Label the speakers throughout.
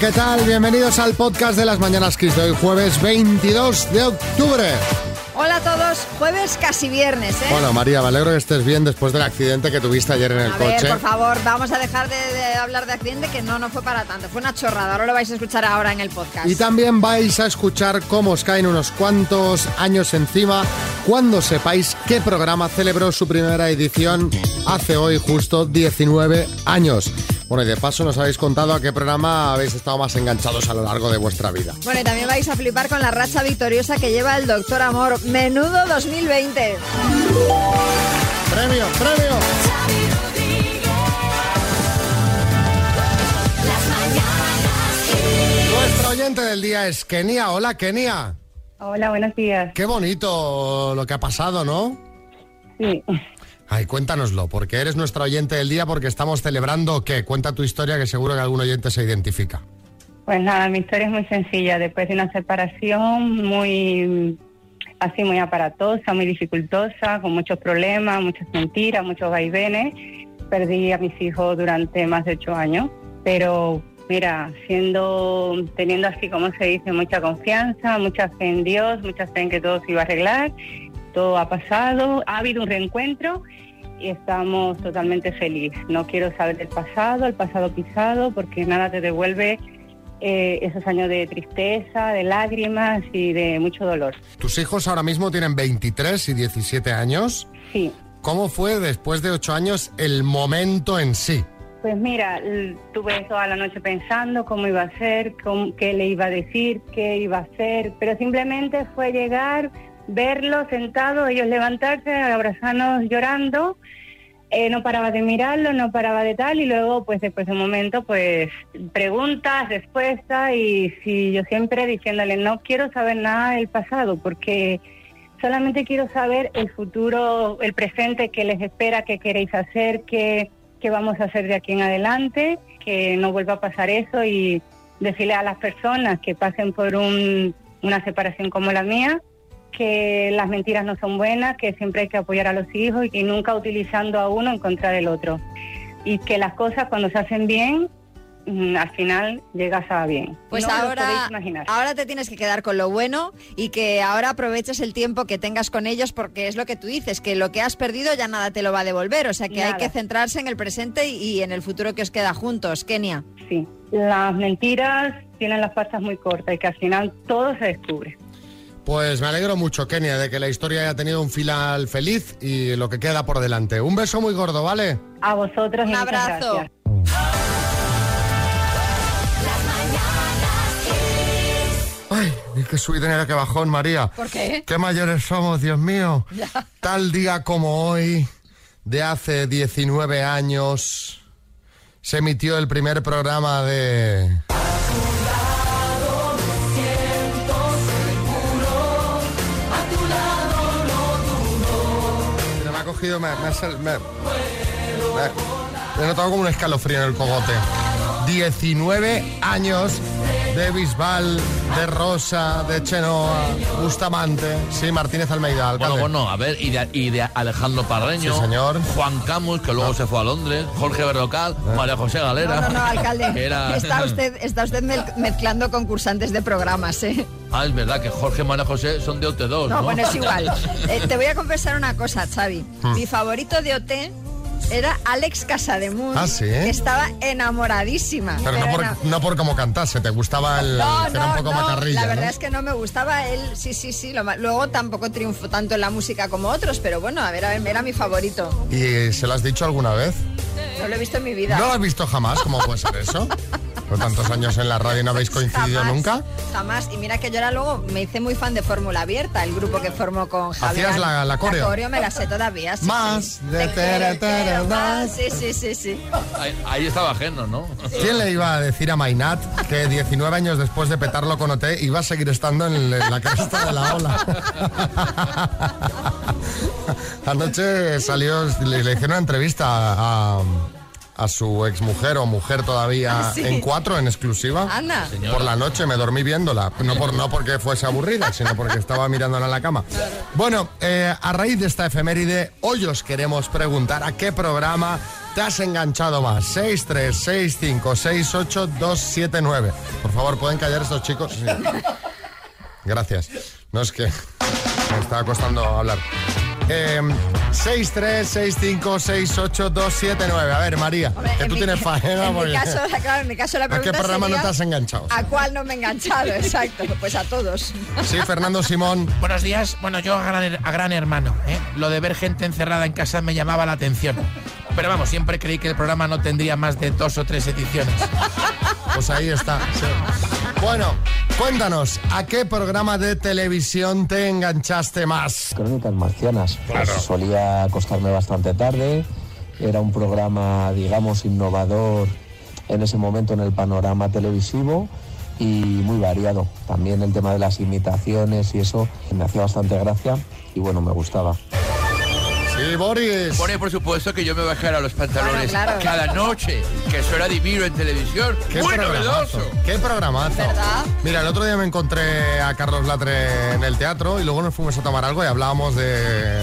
Speaker 1: ¿qué tal? Bienvenidos al podcast de las Mañanas Cristo, hoy jueves 22 de octubre.
Speaker 2: ¿Eh? Hola a todos, jueves casi viernes, ¿eh?
Speaker 1: Bueno, María, me alegro que estés bien después del accidente que tuviste ayer en el
Speaker 2: a
Speaker 1: coche.
Speaker 2: ver, por favor, vamos a dejar de, de hablar de accidente que no, no fue para tanto, fue una chorrada, ahora lo vais a escuchar ahora en el podcast.
Speaker 1: Y también vais a escuchar cómo os caen unos cuantos años encima cuando sepáis qué programa celebró su primera edición hace hoy justo 19 años. Bueno, y de paso nos habéis contado a qué programa habéis estado más enganchados a lo largo de vuestra vida.
Speaker 2: Bueno, y también vais a flipar con la racha victoriosa que lleva el Doctor Amor. Menudo 2020.
Speaker 1: ¡Premio, premio! Nuestro oyente del día es Kenia. Hola, Kenia.
Speaker 3: Hola, buenos días.
Speaker 1: Qué bonito lo que ha pasado, ¿no?
Speaker 3: Sí,
Speaker 1: Ay, cuéntanoslo, porque eres nuestra oyente del día, porque estamos celebrando qué. Cuenta tu historia, que seguro que algún oyente se identifica.
Speaker 3: pues nada, mi historia es muy sencilla. Después de una separación muy, así muy aparatosa, muy dificultosa, con muchos problemas, muchas mentiras, muchos vaivenes, perdí a mis hijos durante más de ocho años. Pero mira, siendo, teniendo así como se dice, mucha confianza, mucha fe en Dios, mucha fe en que todo se iba a arreglar, todo ha pasado, ha habido un reencuentro y estamos totalmente felices. No quiero saber del pasado, el pasado pisado, porque nada te devuelve eh, esos años de tristeza, de lágrimas y de mucho dolor.
Speaker 1: Tus hijos ahora mismo tienen 23 y 17 años.
Speaker 3: Sí,
Speaker 1: ¿Cómo fue después de 8 años el momento en sí?
Speaker 3: pues mira, l- tuve toda la noche pensando cómo iba a ser, cómo- qué le iba a decir, qué iba a hacer, pero simplemente fue llegar, verlos sentados, ellos levantarse, abrazarnos llorando. Eh, no paraba de mirarlo, no paraba de tal, y luego, pues después de un momento, pues preguntas, respuestas, y si yo siempre diciéndole, no quiero saber nada del pasado, porque solamente quiero saber el futuro, el presente que les espera, qué queréis hacer, qué, qué vamos a hacer de aquí en adelante, que no vuelva a pasar eso, y decirle a las personas que pasen por un- una separación como la mía, que las mentiras no son buenas, que siempre hay que apoyar a los hijos y que nunca utilizando a uno en contra del otro. Y que las cosas cuando se hacen bien, mm, al final llegas a bien.
Speaker 2: Pues
Speaker 3: No lo
Speaker 2: ahora,
Speaker 3: podéis imaginar.
Speaker 2: ahora te tienes que quedar con lo bueno y que ahora aproveches el tiempo que tengas con ellos porque es lo que tú dices, que lo que has perdido ya nada te lo va a devolver, o sea que hay
Speaker 3: Nada.
Speaker 2: que centrarse en el presente y- y en el futuro que os queda juntos, Kenia.
Speaker 3: Sí, las mentiras tienen las patas muy cortas y que al final todo se descubre.
Speaker 1: Pues me alegro mucho, Kenia, de que la historia haya tenido un final feliz y lo que queda por delante. Un beso muy gordo, ¿vale?
Speaker 3: A vosotros
Speaker 2: Un
Speaker 3: y muchas
Speaker 2: abrazo.
Speaker 3: gracias.
Speaker 1: Ay, es que subidonera que bajón, María.
Speaker 2: ¿Por qué?
Speaker 1: Qué mayores somos, Dios mío. Tal día como hoy, de hace 19 años, se emitió el primer programa de... Mira, Me ha cogido, me, me ha sal- me- me- me he notado como un escalofrío en el cogote. 19 años de Bisbal, de Rosa, de Chenoa, Bustamante, sí, Martínez Almeida,
Speaker 4: Bueno,
Speaker 1: alcalde.
Speaker 4: bueno, a ver, y de, y de Alejandro Parreño,
Speaker 1: Sí, señor. Ah.
Speaker 4: Juan Camus, que luego se fue a Londres, Jorge Berrocal, María José
Speaker 2: No,
Speaker 4: Galera.
Speaker 2: no, no,
Speaker 4: que
Speaker 2: alcalde.
Speaker 4: era-
Speaker 2: Está usted, está usted mel- mezclando concursantes de programas, ¿eh?
Speaker 4: Ah, es verdad que Jorge y María José son de OT2, ¿no?
Speaker 1: Pues
Speaker 2: No, bueno, es igual. Eh, te voy a confesar una cosa, Xavi.
Speaker 1: Hmm.
Speaker 2: Mi favorito de OT era Alex Casademus.
Speaker 1: Ah, ¿sí?
Speaker 2: que estaba enamoradísima.
Speaker 1: Pero, no,
Speaker 2: ena-
Speaker 1: por, no por cómo cantase, te gustaba el...
Speaker 2: No,
Speaker 1: que era un
Speaker 2: no,
Speaker 1: poco
Speaker 2: no,
Speaker 1: macarrilla,
Speaker 2: la verdad
Speaker 1: ¿no?
Speaker 2: es que no me gustaba él, sí, sí, sí, lo ma- luego tampoco triunfó tanto en la música como otros, pero bueno, a ver, a ver, era mi favorito,
Speaker 1: ¿Y se lo has dicho alguna vez?
Speaker 2: no lo he visto en mi vida.
Speaker 1: ¿No lo has visto jamás? ¿Cómo puede ser eso? Por tantos años en la radio no habéis coincidido
Speaker 2: Jamás,
Speaker 1: nunca.
Speaker 2: Jamás. Y mira que yo era luego, me hice muy fan de Fórmula Abierta, el grupo que formó con Javier.
Speaker 1: ¿Hacías la- la coreo?
Speaker 2: me la sé todavía. sí,
Speaker 1: Más
Speaker 2: sí.
Speaker 1: de
Speaker 2: Te quiero,
Speaker 1: tere, tere,
Speaker 2: quiero
Speaker 1: más.
Speaker 2: Sí, sí, sí, sí.
Speaker 4: Ahí, ahí estaba ajeno, ¿no?
Speaker 1: ¿Quién le iba a decir a Mainat que 19 años después de petarlo con OT iba a seguir estando en la cresta de la ola? Anoche salió, le, le hicieron una entrevista a, a su exmujer o mujer todavía
Speaker 2: Ah, sí.
Speaker 1: en cuatro, en exclusiva.
Speaker 2: Anda.
Speaker 4: Señora.
Speaker 1: Por la noche me dormí viéndola, no, por, no porque fuese aburrida, sino porque estaba mirándola en la cama. Bueno, eh, a raíz de esta efeméride, hoy os queremos preguntar a qué programa te has enganchado más. 636568279. Por favor, ¿pueden callar estos chicos? Sí. Gracias. No es que me estaba costando hablar. Eh, 636568279. A ver, María,
Speaker 2: Hombre,
Speaker 1: que
Speaker 2: en
Speaker 1: tú
Speaker 2: mi-
Speaker 1: tienes faena.
Speaker 2: en mi,
Speaker 1: porque-
Speaker 2: caso, la- claro, en mi caso la
Speaker 1: ¿A
Speaker 2: pregunta
Speaker 1: qué programa
Speaker 2: sería,
Speaker 1: no te has enganchado?
Speaker 2: ¿A cuál no me he enganchado? Exacto. Pues a todos.
Speaker 1: Sí, Fernando Simón.
Speaker 5: Buenos días. Bueno, yo a gran, a gran hermano. ¿eh? Lo de ver gente encerrada en casa me llamaba la atención. Pero vamos, siempre creí que el programa no tendría más de dos o tres ediciones.
Speaker 1: Pues ahí está. sí. Bueno, cuéntanos, ¿a qué programa de televisión te enganchaste más?
Speaker 6: Crónicas marcianas. Pues solía acostarme bastante tarde. Era un programa, digamos, innovador en ese momento en el panorama televisivo y muy variado. También el tema de las imitaciones y eso me hacía bastante gracia y bueno, me gustaba.
Speaker 1: Sí, Boris.
Speaker 4: Pone por supuesto que yo me bajara los pantalones
Speaker 2: Claro, claro.
Speaker 4: cada noche, que eso era divino en televisión. Muy
Speaker 1: programazo,
Speaker 4: novedoso.
Speaker 1: ¡Qué programazo!
Speaker 2: ¿Verdad?
Speaker 1: Mira, el otro día me encontré a Carlos Latre en el teatro y luego nos fuimos a tomar algo y hablábamos de...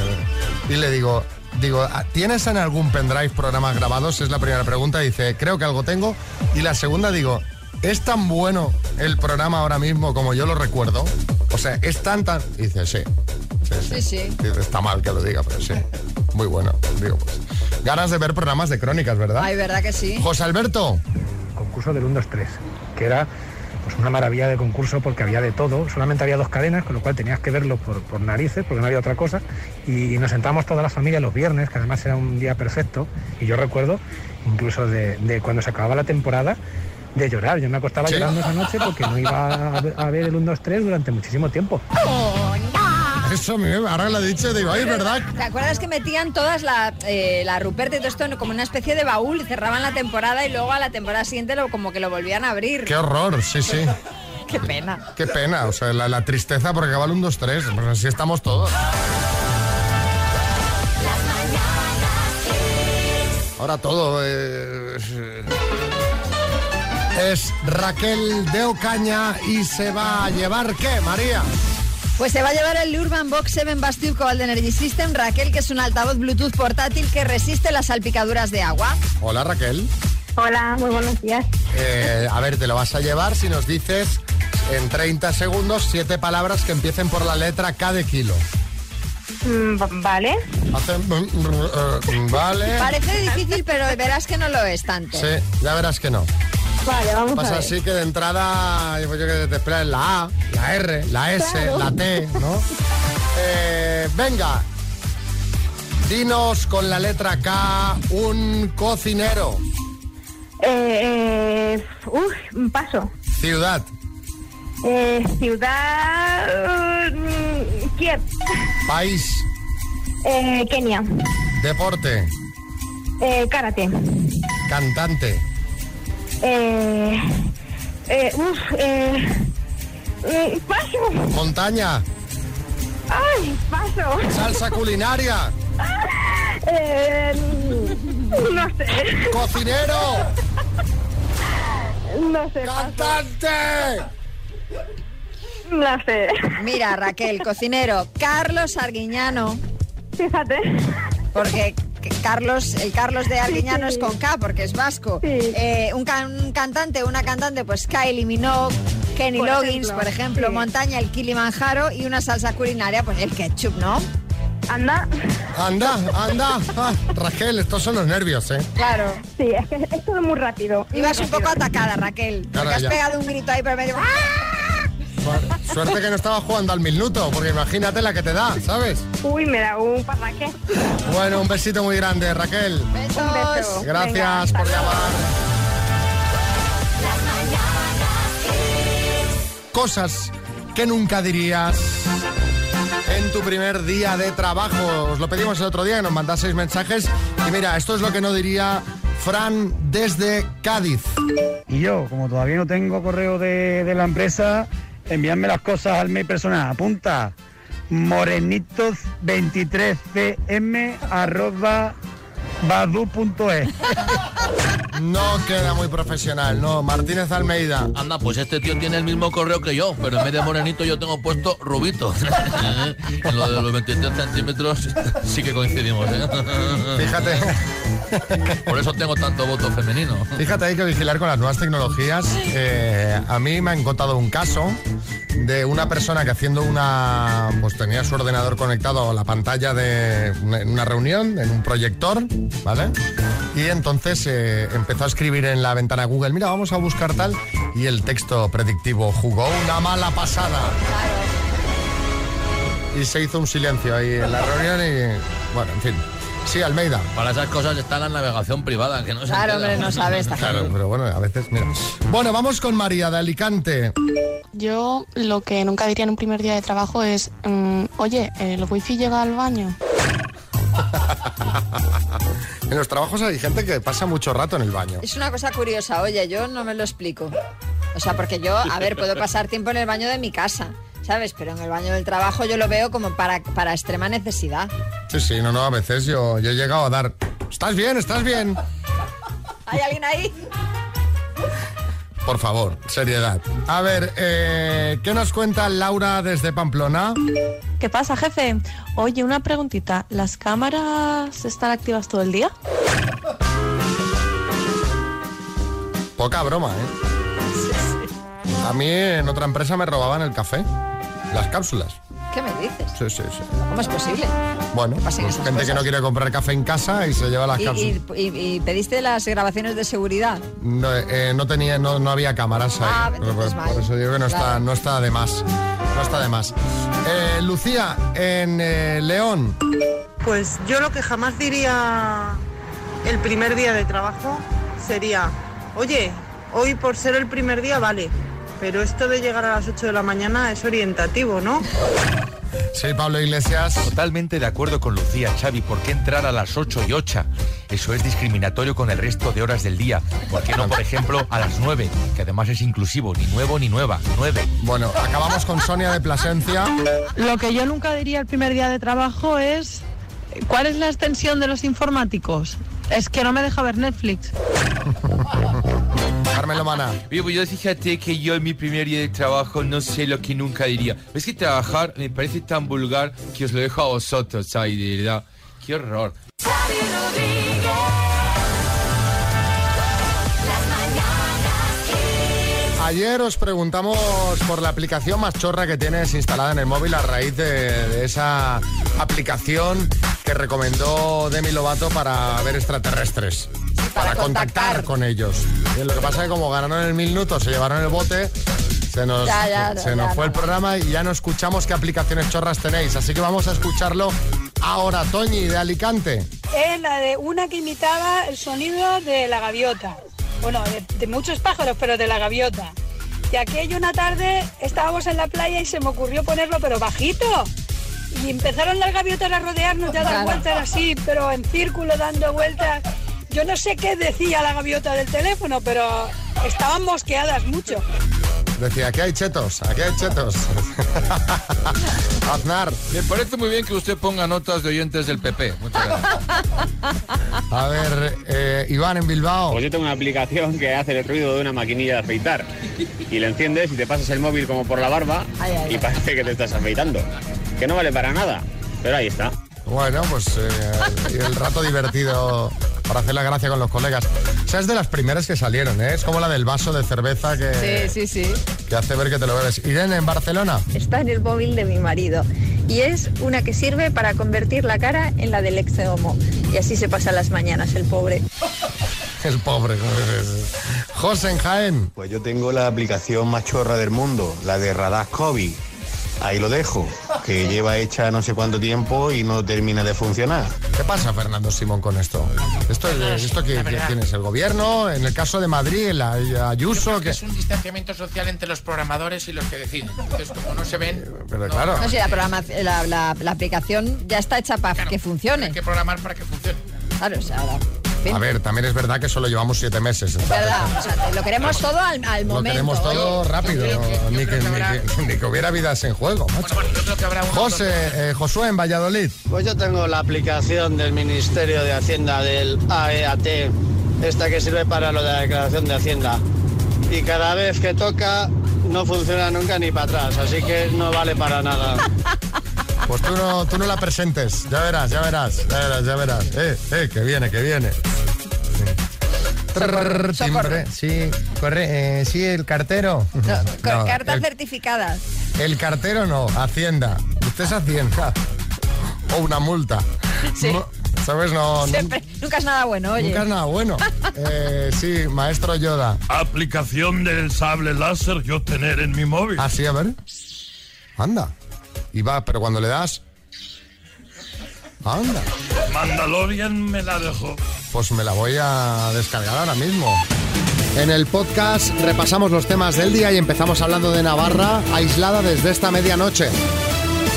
Speaker 1: Y le digo, digo, "Ah, ¿tienes en algún pendrive programas grabados? Es la primera pregunta. Dice, creo que algo tengo. Y la segunda digo, ¿es tan bueno el programa ahora mismo como yo lo recuerdo? O sea, ¿es tan tan...? Y dice, sí.
Speaker 2: Sí, sí.
Speaker 1: Dice, Está mal que lo diga, pero sí. Muy bueno. Digo, pues... Ganas de ver programas de crónicas, ¿verdad?
Speaker 2: Ay, ¿verdad que sí?
Speaker 1: José Alberto.
Speaker 7: concurso del 1, 2, 3, que era pues, una maravilla de concurso porque había de todo, solamente había dos cadenas, con lo cual tenías que verlo por, por narices, porque no había otra cosa, y, nos sentábamos toda la familia los viernes, que además era un día perfecto, y yo recuerdo incluso de, de cuando se acababa la temporada de llorar, yo me acostaba
Speaker 1: Sí.
Speaker 7: llorando esa noche porque no iba a ver, a ver el 1, 2, 3 durante muchísimo tiempo.
Speaker 1: Eso me, ahora lo he dicho, digo, ay, ¿verdad?
Speaker 2: ¿Te acuerdas que metían todas la, eh, la Ruperta y todo esto como una especie de baúl? Cerraban la temporada y luego a la temporada siguiente lo, como que lo volvían a abrir.
Speaker 1: Qué horror, sí, sí.
Speaker 2: Qué pena.
Speaker 1: Qué pena, o sea, la, la tristeza porque acaba el 1, 2, 3. Pues así estamos todos. Ahora todo eh, es... Raquel de Ocaña y se va a llevar, ¿qué, María?
Speaker 2: Pues se va a llevar el Urban Box 7 Bastive Cobalt Energy System Raquel, que es un altavoz Bluetooth portátil que resiste las salpicaduras de agua.
Speaker 1: Hola, Raquel.
Speaker 3: Hola, muy buenos días.
Speaker 1: Eh, a ver, te lo vas a llevar si nos dices en 30 segundos siete palabras que empiecen por la letra K de kilo.
Speaker 3: Mm, va- vale.
Speaker 1: Hacen... eh, mm, Vale.
Speaker 2: Parece difícil, pero verás que no lo es tanto.
Speaker 1: Sí, ya verás que no.
Speaker 3: Vale, vamos a
Speaker 1: Pasa
Speaker 3: ver.
Speaker 1: así que de entrada, pues yo que sé, te esperas la A, la R, la S,
Speaker 3: Claro.
Speaker 1: la T, ¿no? Eh, venga, dinos con la letra K un cocinero,
Speaker 3: Eh, eh, uf, paso.
Speaker 1: ciudad,
Speaker 3: Eh, ciudad... mm, Kiev.
Speaker 1: país,
Speaker 3: Eh, Kenia.
Speaker 1: deporte,
Speaker 3: Eh, karate.
Speaker 1: cantante,
Speaker 3: Eh, eh, uf, eh, mm, paso.
Speaker 1: montaña,
Speaker 3: Ay, paso.
Speaker 1: salsa culinaria,
Speaker 3: Eh, mm, no sé.
Speaker 1: cocinero,
Speaker 3: No sé.
Speaker 1: cantante.
Speaker 3: No sé.
Speaker 2: Mira, Raquel, cocinero, Carlos Arguiñano,
Speaker 3: Fíjate.
Speaker 2: porque c- Carlos, el Carlos de Arguiñano es con K, porque es vasco.
Speaker 3: Sí.
Speaker 2: Eh, un, ca- un cantante, una cantante, pues Kylie Minogue, Kenny
Speaker 3: Por
Speaker 2: Loggins,
Speaker 3: ejemplo,
Speaker 2: por ejemplo,
Speaker 3: sí.
Speaker 2: montaña, el Kilimanjaro y una salsa culinaria, pues el ketchup, ¿no?
Speaker 3: Anda.
Speaker 1: Anda, anda. Ah, Raquel, estos son los nervios, ¿eh?
Speaker 2: Claro.
Speaker 3: Sí, es que es todo muy rápido.
Speaker 2: Ibas un poco atacada, Raquel, porque
Speaker 1: Ahora
Speaker 2: has
Speaker 1: ya.
Speaker 2: pegado un grito ahí por medio. ¡Ah!
Speaker 1: Su- Suerte que no estaba jugando al minuto, porque imagínate la que te da, ¿sabes?
Speaker 3: Uy, me da un parraque.
Speaker 1: Bueno, un besito muy grande, Raquel.
Speaker 3: Un
Speaker 2: Besos.
Speaker 3: beso. Venga,
Speaker 1: Gracias
Speaker 3: hasta
Speaker 1: por
Speaker 3: luego.
Speaker 1: llamar. Cosas que nunca dirías en tu primer día de trabajo. Os lo pedimos el otro día que nos mandaseis mensajes. Y mira, esto es lo que no diría Fran desde Cádiz.
Speaker 8: Y yo, como todavía no tengo correo de, de la empresa, enviadme las cosas al mail personal. Apunta morenitos23cm arroba badu.es.
Speaker 1: No queda muy profesional, no. Martínez Almeida.
Speaker 9: Anda, pues este tío tiene el mismo correo que yo, pero en vez de morenito yo tengo puesto rubito. Eh, en lo de los 23 centímetros sí que coincidimos, ¿eh?
Speaker 1: Fíjate,
Speaker 9: Por eso tengo tanto voto femenino.
Speaker 1: fíjate, hay que vigilar con las nuevas tecnologías. Eh, a mí me han contado un caso de una persona que haciendo una... Pues tenía su ordenador conectado a la pantalla de una, en una reunión, en un proyector, ¿vale? Y entonces eh, empezó a escribir en la ventana Google, mira, vamos a buscar tal. Y el texto predictivo jugó una mala pasada. Y se hizo un silencio ahí en la reunión y... Bueno, en fin. Sí, Almeida.
Speaker 9: Para esas cosas está la navegación privada, que no se
Speaker 2: Claro,
Speaker 9: entera.
Speaker 2: hombre, no sabe esta
Speaker 1: Claro, pero bueno, a veces, mira. Bueno, vamos con María de Alicante.
Speaker 6: Yo lo que nunca diría en un primer día de trabajo es, mm, oye, ¿el wifi llega al baño?
Speaker 1: En los trabajos hay gente que pasa mucho rato en el baño.
Speaker 2: Es una cosa curiosa, oye, yo no me lo explico. O sea, porque yo, a ver, puedo pasar tiempo en el baño de mi casa, ¿sabes? Pero en el baño del trabajo yo lo veo como para, para extrema necesidad.
Speaker 1: Sí, sí, no, no, a veces yo, yo he llegado a dar... ¿Estás bien? ¿Estás bien?
Speaker 2: ¿Hay alguien ahí?
Speaker 1: Por favor, seriedad. A ver, eh, ¿qué nos cuenta Laura desde Pamplona?
Speaker 6: ¿Qué pasa, jefe? Oye, una preguntita, ¿las cámaras están activas todo el día?
Speaker 1: Poca broma, ¿eh? A mí en otra empresa me robaban el café, las cápsulas.
Speaker 2: ¿Qué me dices?
Speaker 1: Sí, sí, sí.
Speaker 2: ¿Cómo es posible?
Speaker 1: Bueno, pues
Speaker 2: Pasan
Speaker 1: gente que
Speaker 2: esas
Speaker 1: no
Speaker 2: cosas.
Speaker 1: quiere comprar café en casa y se lleva las
Speaker 2: ¿Y,
Speaker 1: cápsulas.
Speaker 2: y- y- y pediste las grabaciones de seguridad?
Speaker 1: No, eh, no tenía, no, no había cámaras ahí.
Speaker 2: Ah,
Speaker 1: por,
Speaker 2: entonces
Speaker 1: por
Speaker 2: vale.
Speaker 1: eso digo que no está,
Speaker 2: Claro.
Speaker 1: no está de más. No está de más. Eh, Lucía, en eh, León.
Speaker 10: Pues yo lo que jamás diría Ah, el primer día de trabajo sería, oye, hoy por ser el primer día vale, pero esto de llegar a las 8 de la mañana es orientativo, ¿no?
Speaker 1: Sí, Pablo Iglesias.
Speaker 4: Totalmente de acuerdo con Lucía, Xavi, ¿por qué entrar a las 8 y 8? Eso es discriminatorio con el resto de horas del día. ¿Por qué no, por ejemplo, a las 9? Que además es inclusivo, ni nuevo ni nueva, 9.
Speaker 1: Bueno, acabamos con Sonia de Plasencia.
Speaker 6: Lo que yo nunca diría el primer día de trabajo es, ¿cuál es la extensión de los informáticos? Es que no me deja ver Netflix.
Speaker 1: Carmen Lomana.
Speaker 4: Oye, pues yo fíjate que yo en mi primer día de trabajo no sé lo que nunca diría. Es que trabajar me parece tan vulgar que os lo dejo a vosotros, Xavi, de verdad. Qué horror.
Speaker 1: Ayer os preguntamos por la aplicación más chorra que tienes instalada en el móvil a raíz de, de esa aplicación que recomendó Demi Lovato para ver extraterrestres.
Speaker 2: para contactar.
Speaker 1: con ellos. Y lo que pasa es que como ganaron el minuto, se llevaron el bote, se nos,
Speaker 2: Ya, ya,
Speaker 1: se
Speaker 2: ya,
Speaker 1: nos
Speaker 2: ya,
Speaker 1: fue el
Speaker 2: no.
Speaker 1: programa y ya no escuchamos qué aplicaciones chorras tenéis. Así que vamos a escucharlo ahora, Toñi, de Alicante.
Speaker 10: Es la de una que imitaba el sonido de la gaviota. Bueno, de, de muchos pájaros, pero de la gaviota. Y aquello una tarde estábamos en la playa y se me ocurrió ponerlo, pero bajito. Y empezaron las gaviotas a rodearnos y a
Speaker 2: Claro.
Speaker 10: dar vueltas así, pero en círculo, dando vueltas. Yo no sé qué decía la gaviota del teléfono, pero estaban mosqueadas mucho.
Speaker 1: Decía, aquí hay chetos, aquí hay chetos. Aznar,
Speaker 4: Me parece muy bien que usted ponga notas de oyentes del PP. Muchas gracias.
Speaker 1: a ver, eh, Iván en Bilbao.
Speaker 11: Pues yo tengo una aplicación que hace el ruido de una maquinilla de afeitar y la enciendes y te pasas el móvil como por la barba
Speaker 2: Ay, ay, ay.
Speaker 11: y parece que te estás afeitando. Que no vale para nada, pero ahí está.
Speaker 1: Bueno, pues eh, el rato divertido para hacer la gracia con los colegas. O sea, es de las primeras que salieron, ¿eh? Es como la del vaso de cerveza que,
Speaker 2: Sí, sí, sí.
Speaker 1: que hace ver que te lo bebes. Irene, en Barcelona.
Speaker 10: Está en el móvil de mi marido y es una que sirve para convertir la cara en la del ex homo. Y así se pasa las mañanas el pobre.
Speaker 1: El pobre. José en Jaén.
Speaker 12: Pues yo tengo la aplicación más chorra del mundo, la de Radar COVID. Ahí lo dejo, que lleva hecha no sé cuánto tiempo y no termina de funcionar.
Speaker 1: ¿Qué pasa, Fernando Simón, con esto? ¿Esto, es- esto que, que tienes? ¿El gobierno? En el caso de Madrid, el Ayuso, que...
Speaker 13: Es un distanciamiento social entre los programadores y los que deciden. Entonces, como no se ven...
Speaker 1: Pero claro,
Speaker 2: No sé, la, programa- la, la- la aplicación ya está hecha para
Speaker 13: claro,
Speaker 2: que funcione.
Speaker 13: Hay que programar para que funcione.
Speaker 2: Claro, o sea, ahora, en fin.
Speaker 1: a ver, también es verdad que solo llevamos siete meses.
Speaker 2: Es
Speaker 1: entonces-
Speaker 2: verdad, o sea, te- lo queremos todo al, al
Speaker 1: Lo
Speaker 2: momento.
Speaker 1: queremos todo
Speaker 13: Yo- yo
Speaker 1: rápido,
Speaker 13: creo que- yo
Speaker 1: ni,
Speaker 13: creo
Speaker 1: que,
Speaker 13: que
Speaker 1: ni
Speaker 13: habrá-
Speaker 1: que- ni que hubiera vidas en juego, macho.
Speaker 13: Bueno, bueno, yo creo que habrá uno...
Speaker 1: José, eh, Josué en Valladolid.
Speaker 12: Pues yo tengo la aplicación del Ministerio de Hacienda del AEAT
Speaker 14: E esta que sirve para lo de la declaración de Hacienda. Y cada vez que toca no funciona nunca ni para atrás, así que no vale para nada.
Speaker 1: Pues tú no, tú no la presentes, ya verás, ya verás, ya verás, ya verás. Eh, eh, que viene, que viene. Trrr, timbre. Sí, corre, eh, sí, el cartero.
Speaker 2: No, con
Speaker 1: No,
Speaker 2: cartas
Speaker 1: el,
Speaker 2: certificadas.
Speaker 1: el cartero no, Hacienda. Usted es Hacienda. O una multa.
Speaker 2: Sí.
Speaker 1: No, ¿Sabes? No, no-
Speaker 2: Siempre- nunca es nada bueno, oye.
Speaker 1: nunca es nada bueno. Eh, sí, maestro Yoda.
Speaker 15: Aplicación del sable láser yo tener en mi móvil.
Speaker 13: Ah.
Speaker 1: Así, Ah, a ver. Anda. Y va, pero cuando le das... Anda.
Speaker 15: Mandalorian me la dejó.
Speaker 1: Pues me la voy a descargar ahora mismo. En el podcast repasamos los temas del día y empezamos hablando de Navarra, aislada desde esta medianoche.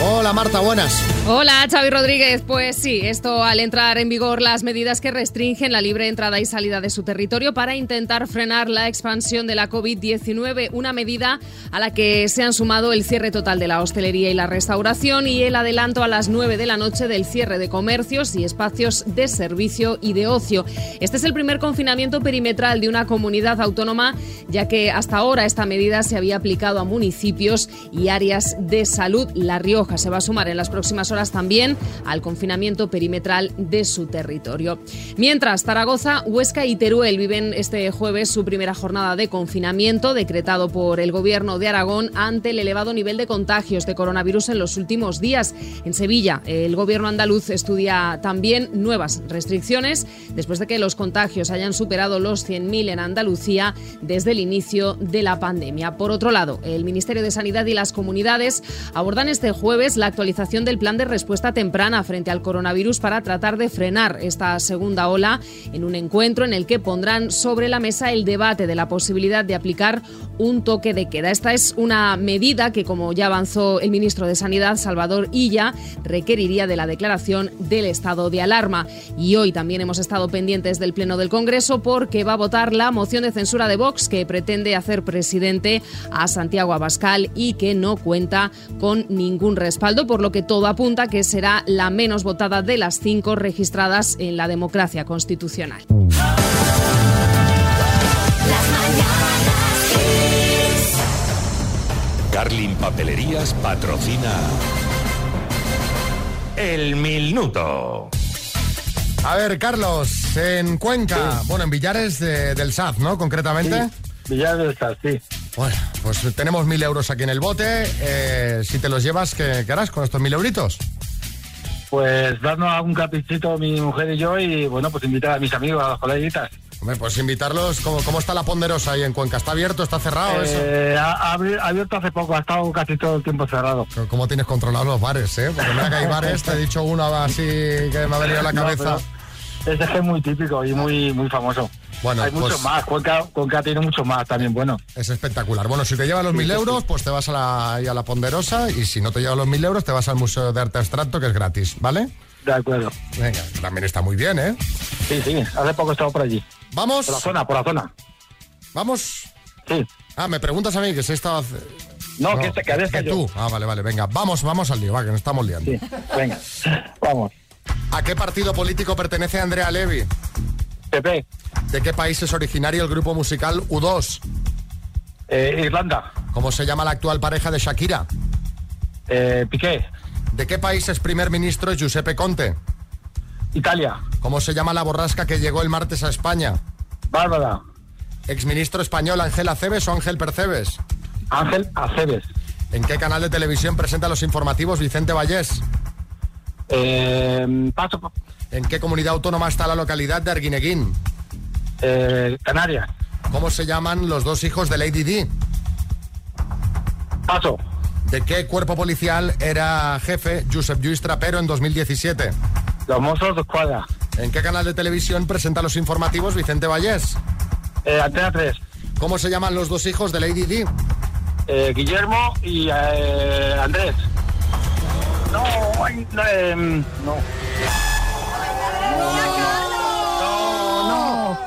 Speaker 1: Hola Marta, buenas.
Speaker 16: Hola, Xavi Rodríguez. Pues sí, esto al entrar en vigor las medidas que restringen la libre entrada y salida de su territorio para intentar frenar la expansión de la COVID-19, una medida a la que se han sumado el cierre total de la hostelería y la restauración y el adelanto a las 9 de la noche del cierre de comercios y espacios de servicio y de ocio. Este es el primer confinamiento perimetral de una comunidad autónoma, ya que hasta ahora esta medida se había aplicado a municipios y áreas de salud. La Rioja se va a sumar en las próximas horas también al confinamiento perimetral de su territorio. Mientras, Zaragoza, Huesca y Teruel viven este jueves su primera jornada de confinamiento decretado por el gobierno de Aragón ante el elevado nivel de contagios de coronavirus en los últimos días. En Sevilla, el gobierno andaluz estudia también nuevas restricciones después de que los contagios hayan superado los 100.000 en Andalucía desde el inicio de la pandemia. Por otro lado, el Ministerio de Sanidad y las comunidades abordan este jueves la actualización del plan de respuesta temprana frente al coronavirus para tratar de frenar esta segunda ola en un encuentro en el que pondrán sobre la mesa el debate de la posibilidad de aplicar un toque de queda. Esta es una medida que, como ya avanzó el ministro de Sanidad, Salvador Illa, requeriría de la declaración del estado de alarma. Y hoy también hemos estado pendientes del Pleno del Congreso porque va a votar la moción de censura de Vox que pretende hacer presidente a Santiago Abascal y que no cuenta con ningún respaldo, por lo que todo apunta que será la menos votada de las cinco registradas en la democracia constitucional.
Speaker 17: Carlin Papelerías patrocina El Minuto.
Speaker 1: A ver, Carlos, en Cuenca, bueno, en Villares de- del SAF, ¿no? Concretamente.
Speaker 14: Villares del SAF, sí.
Speaker 1: Bueno, pues tenemos mil euros aquí en el bote. Eh, si te los llevas, ¿qué, qué harás con estos mil euritos?
Speaker 14: Pues darnos algún caprichito mi mujer y yo y bueno, pues invitar a mis amigos, a las coleguitas.
Speaker 1: Hombre, pues invitarlos. ¿Cómo, cómo está la ponderosa ahí en Cuenca? ¿Está abierto? ¿Está cerrado? eso?
Speaker 14: Eh, ha, ha abri- ha abierto hace poco, ha estado casi todo el tiempo cerrado.
Speaker 1: ¿Cómo tienes controlados los bares, eh? Porque mira que hay bares, te he dicho uno así que me ha venido a la
Speaker 14: No,
Speaker 1: cabeza.
Speaker 14: pero Ese es muy típico y muy muy famoso.
Speaker 1: Bueno,
Speaker 14: Hay muchos
Speaker 1: pues-
Speaker 14: más, Cuenca, Cuenca tiene muchos más también, bueno.
Speaker 1: Es espectacular. Bueno, si te llevas los
Speaker 14: Sí,
Speaker 1: mil
Speaker 14: sí,
Speaker 1: euros, pues te vas a la, ahí a la Ponderosa y si no te llevas los mil euros, te vas al Museo de Arte Abstracto, que es gratis, ¿vale?
Speaker 14: De acuerdo.
Speaker 1: Venga, también está muy bien, ¿eh?
Speaker 14: Sí, sí, hace poco he estado por allí.
Speaker 1: ¿Vamos?
Speaker 14: Por la zona, por la zona.
Speaker 1: ¿Vamos?
Speaker 14: Sí.
Speaker 1: Ah, me preguntas a mí que si he estado... hace-
Speaker 14: No, que este- que este yo.
Speaker 1: tú. Ah, vale, vale, venga. Vamos, vamos al lío, va, que nos estamos liando.
Speaker 14: Venga, vamos.
Speaker 1: ¿A qué partido político pertenece Andrea Levy?
Speaker 14: PP.
Speaker 1: ¿De qué país es originario el grupo musical U2?
Speaker 14: eh, Irlanda.
Speaker 1: ¿Cómo se llama la actual pareja de Shakira?
Speaker 14: eh, Piqué.
Speaker 1: ¿De qué país es primer ministro Giuseppe Conte?
Speaker 14: Italia.
Speaker 1: ¿Cómo se llama la borrasca que llegó el martes a España?
Speaker 14: Bárbara.
Speaker 1: Exministro español Ángel Aceves o Ángel Percebes.
Speaker 14: Ángel Aceves.
Speaker 1: ¿En qué canal de televisión presenta los informativos Vicente Vallés?
Speaker 14: Eh, paso.
Speaker 1: ¿En qué comunidad autónoma está la localidad de Arguineguín?
Speaker 14: eh, Canarias.
Speaker 1: ¿Cómo se llaman los dos hijos de Lady Di?
Speaker 14: Paso.
Speaker 1: ¿De qué cuerpo policial era jefe Josep Lluís Trapero en 2017?
Speaker 14: Los Mozos de Escuadra.
Speaker 1: ¿En qué canal de televisión presenta los informativos Vicente Vallés?
Speaker 14: Eh, Antena 3.
Speaker 1: ¿Cómo se llaman los dos hijos de Lady Di?
Speaker 14: Eh, Guillermo y eh, Andrés. No, ay, no, em, no.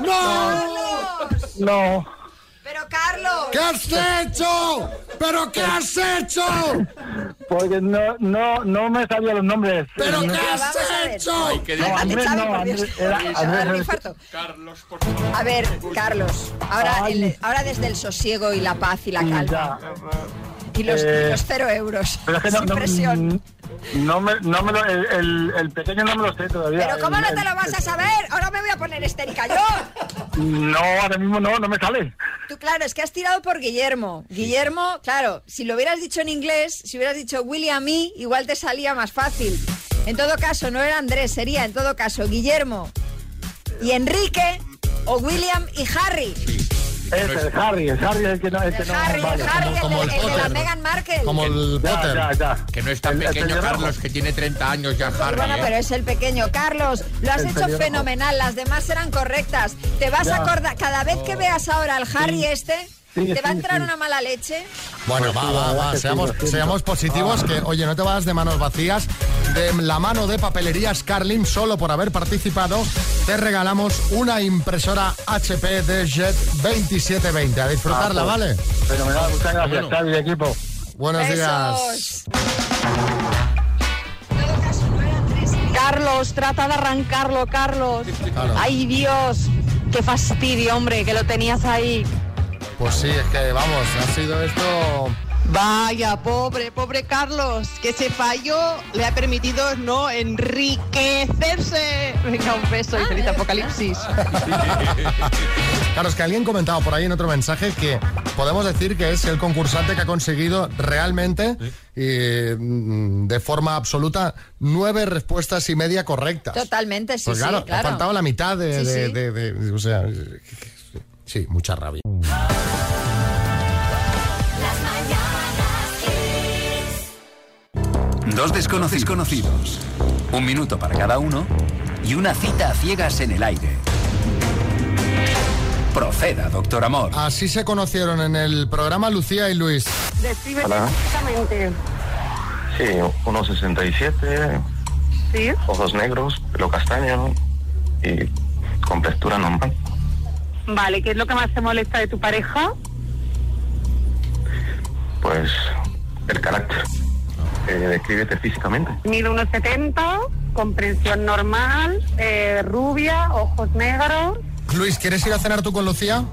Speaker 1: No, no,
Speaker 14: no.
Speaker 2: Pero Carlos.
Speaker 1: ¿Qué has hecho? ¿Pero qué has hecho?
Speaker 18: Porque no, no, no me sabía los nombres.
Speaker 2: ¿Pero
Speaker 18: No-
Speaker 2: qué has hecho?
Speaker 18: Ay, qué
Speaker 2: No, Andrés,
Speaker 18: difícil.
Speaker 2: no,
Speaker 18: Andrés,
Speaker 2: Andrés,
Speaker 18: era-
Speaker 2: Andrés,
Speaker 18: Andrés,
Speaker 2: Andrés,
Speaker 18: Andrés.
Speaker 2: Carlos, por favor. A ver, Carlos, ahora,
Speaker 18: Ay.
Speaker 2: el- ahora desde el sosiego y la paz y la calma. Y los,
Speaker 18: Eh,
Speaker 2: y los cero euros.
Speaker 18: Pero es que no,
Speaker 2: Sin
Speaker 18: no- mm,
Speaker 2: presión.
Speaker 18: no me, no me lo, el, el, el pequeño no me lo sé todavía.
Speaker 2: ¿Pero cómo
Speaker 18: El-
Speaker 2: no te
Speaker 18: el-
Speaker 2: lo vas a saber? Ahora me voy a poner estérica yo.
Speaker 18: No, ahora mismo no, no me sale.
Speaker 2: Tú, claro, es que has tirado por Guillermo. Guillermo, claro, si lo hubieras dicho en inglés, si hubieras dicho William me, igual te salía más fácil. En todo caso, no era Andrés, sería en todo caso Guillermo y Enrique o William y Harry.
Speaker 18: Es el Harry, el Harry es el que no. El, que no
Speaker 2: Harry,
Speaker 18: vale.
Speaker 2: Harry, el, de- el de la Meghan Markle.
Speaker 4: Ya,
Speaker 18: Potter.
Speaker 4: ya,
Speaker 18: ya.
Speaker 4: Que no es tan pequeño, Carlos, que tiene 30 años ya,
Speaker 2: Pues
Speaker 4: Harry.
Speaker 2: bueno,
Speaker 4: ¿eh?
Speaker 2: pero es el pequeño. Carlos, lo has
Speaker 4: El
Speaker 2: hecho
Speaker 4: pelirrojo.
Speaker 2: fenomenal. Las demás eran correctas. Te vas
Speaker 1: Ya. Oh.
Speaker 2: a acordar. Cada vez que veas ahora al Harry este,
Speaker 1: Sí,
Speaker 2: te va a
Speaker 1: sí,
Speaker 2: entrar
Speaker 1: sí.
Speaker 2: una mala leche.
Speaker 1: Bueno, va, va, va, seamos, seamos positivos, que oye, no te vas de manos vacías. De la mano de Papelerías Carlin, solo por haber participado, te regalamos una impresora HP DJet 2720. A disfrutarla,
Speaker 18: Ah, pues,
Speaker 1: ¿vale?
Speaker 18: Fenomenal, muchas gracias,
Speaker 1: Bueno.
Speaker 18: Xavi y equipo.
Speaker 1: Buenos días.
Speaker 10: Carlos, trata de arrancarlo, Carlos.
Speaker 1: Claro.
Speaker 10: Ay, Dios, qué fastidio, hombre, que lo tenías ahí.
Speaker 1: Pues sí, es que vamos, ha sido esto.
Speaker 6: Vaya, pobre, pobre Carlos, que ese fallo le ha permitido no enriquecerse. Venga, un beso y feliz apocalipsis.
Speaker 1: Claro, es que alguien comentaba por ahí en otro mensaje que podemos decir que es el concursante que ha conseguido realmente y mm, de forma absoluta nueve respuestas y media correctas.
Speaker 2: Totalmente, sí,
Speaker 1: Pues
Speaker 2: sí,
Speaker 1: claro, ha
Speaker 2: claro.
Speaker 1: faltado la mitad de,
Speaker 2: Sí,
Speaker 1: de-
Speaker 2: sí.
Speaker 1: de- de- o sea, sí, mucha rabia.
Speaker 19: Dos desconocidos conocidos, un minuto para cada uno y una cita a ciegas en el aire. Proceda, doctor Amor.
Speaker 1: Así se conocieron en el programa Lucía y Luis.
Speaker 20: Describe
Speaker 19: Hola.
Speaker 20: exactamente.
Speaker 12: Sí, 1,67,
Speaker 20: Sí.
Speaker 12: ojos negros, pelo castaño y con textura normal.
Speaker 20: Vale, ¿qué es lo que más te molesta de tu pareja?
Speaker 12: Pues el carácter. Eh, descríbete físicamente.
Speaker 20: Mide unos 70, comprensión normal, eh, rubia, ojos negros.
Speaker 1: Luis, ¿quieres ir a cenar tú con Lucía?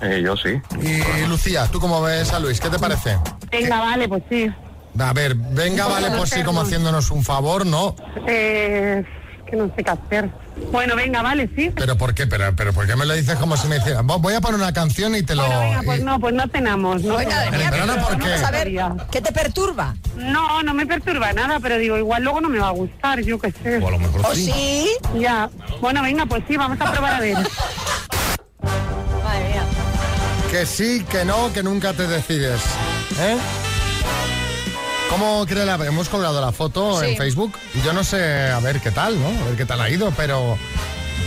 Speaker 12: Eh, yo sí.
Speaker 1: Y Lucía, ¿tú cómo ves a Luis? ¿Qué te parece?
Speaker 20: Venga, vale, pues sí.
Speaker 1: A ver, venga, vale, por sí, como haciéndonos un favor, ¿no?
Speaker 20: Eh, que no sé qué hacer. Bueno, venga, vale, sí.
Speaker 1: ¿Pero por qué? ¿Pero, pero por qué me lo dices como si me hicieran? Voy a poner una canción y te lo...
Speaker 20: Venga, pues
Speaker 1: y-
Speaker 20: no, pues no cenamos. No,
Speaker 1: Oiga, Pero, venía, pero no, pero ¿por no, qué? vamos a
Speaker 2: ver, ¿qué te perturba?
Speaker 20: No, no me perturba nada, pero digo, igual luego no me va a gustar, yo qué sé. O a lo
Speaker 1: Pues
Speaker 20: mejor
Speaker 2: ¿O sí.
Speaker 20: Ya. Bueno, venga, pues sí, vamos a probar a ver.
Speaker 1: Que sí, que no, que nunca te decides. ¿Eh? ¿Cómo cree la... Hemos colgado la foto
Speaker 2: Sí.
Speaker 1: en Facebook. Yo no sé, a ver qué tal, ¿no? A ver qué tal ha ido, pero...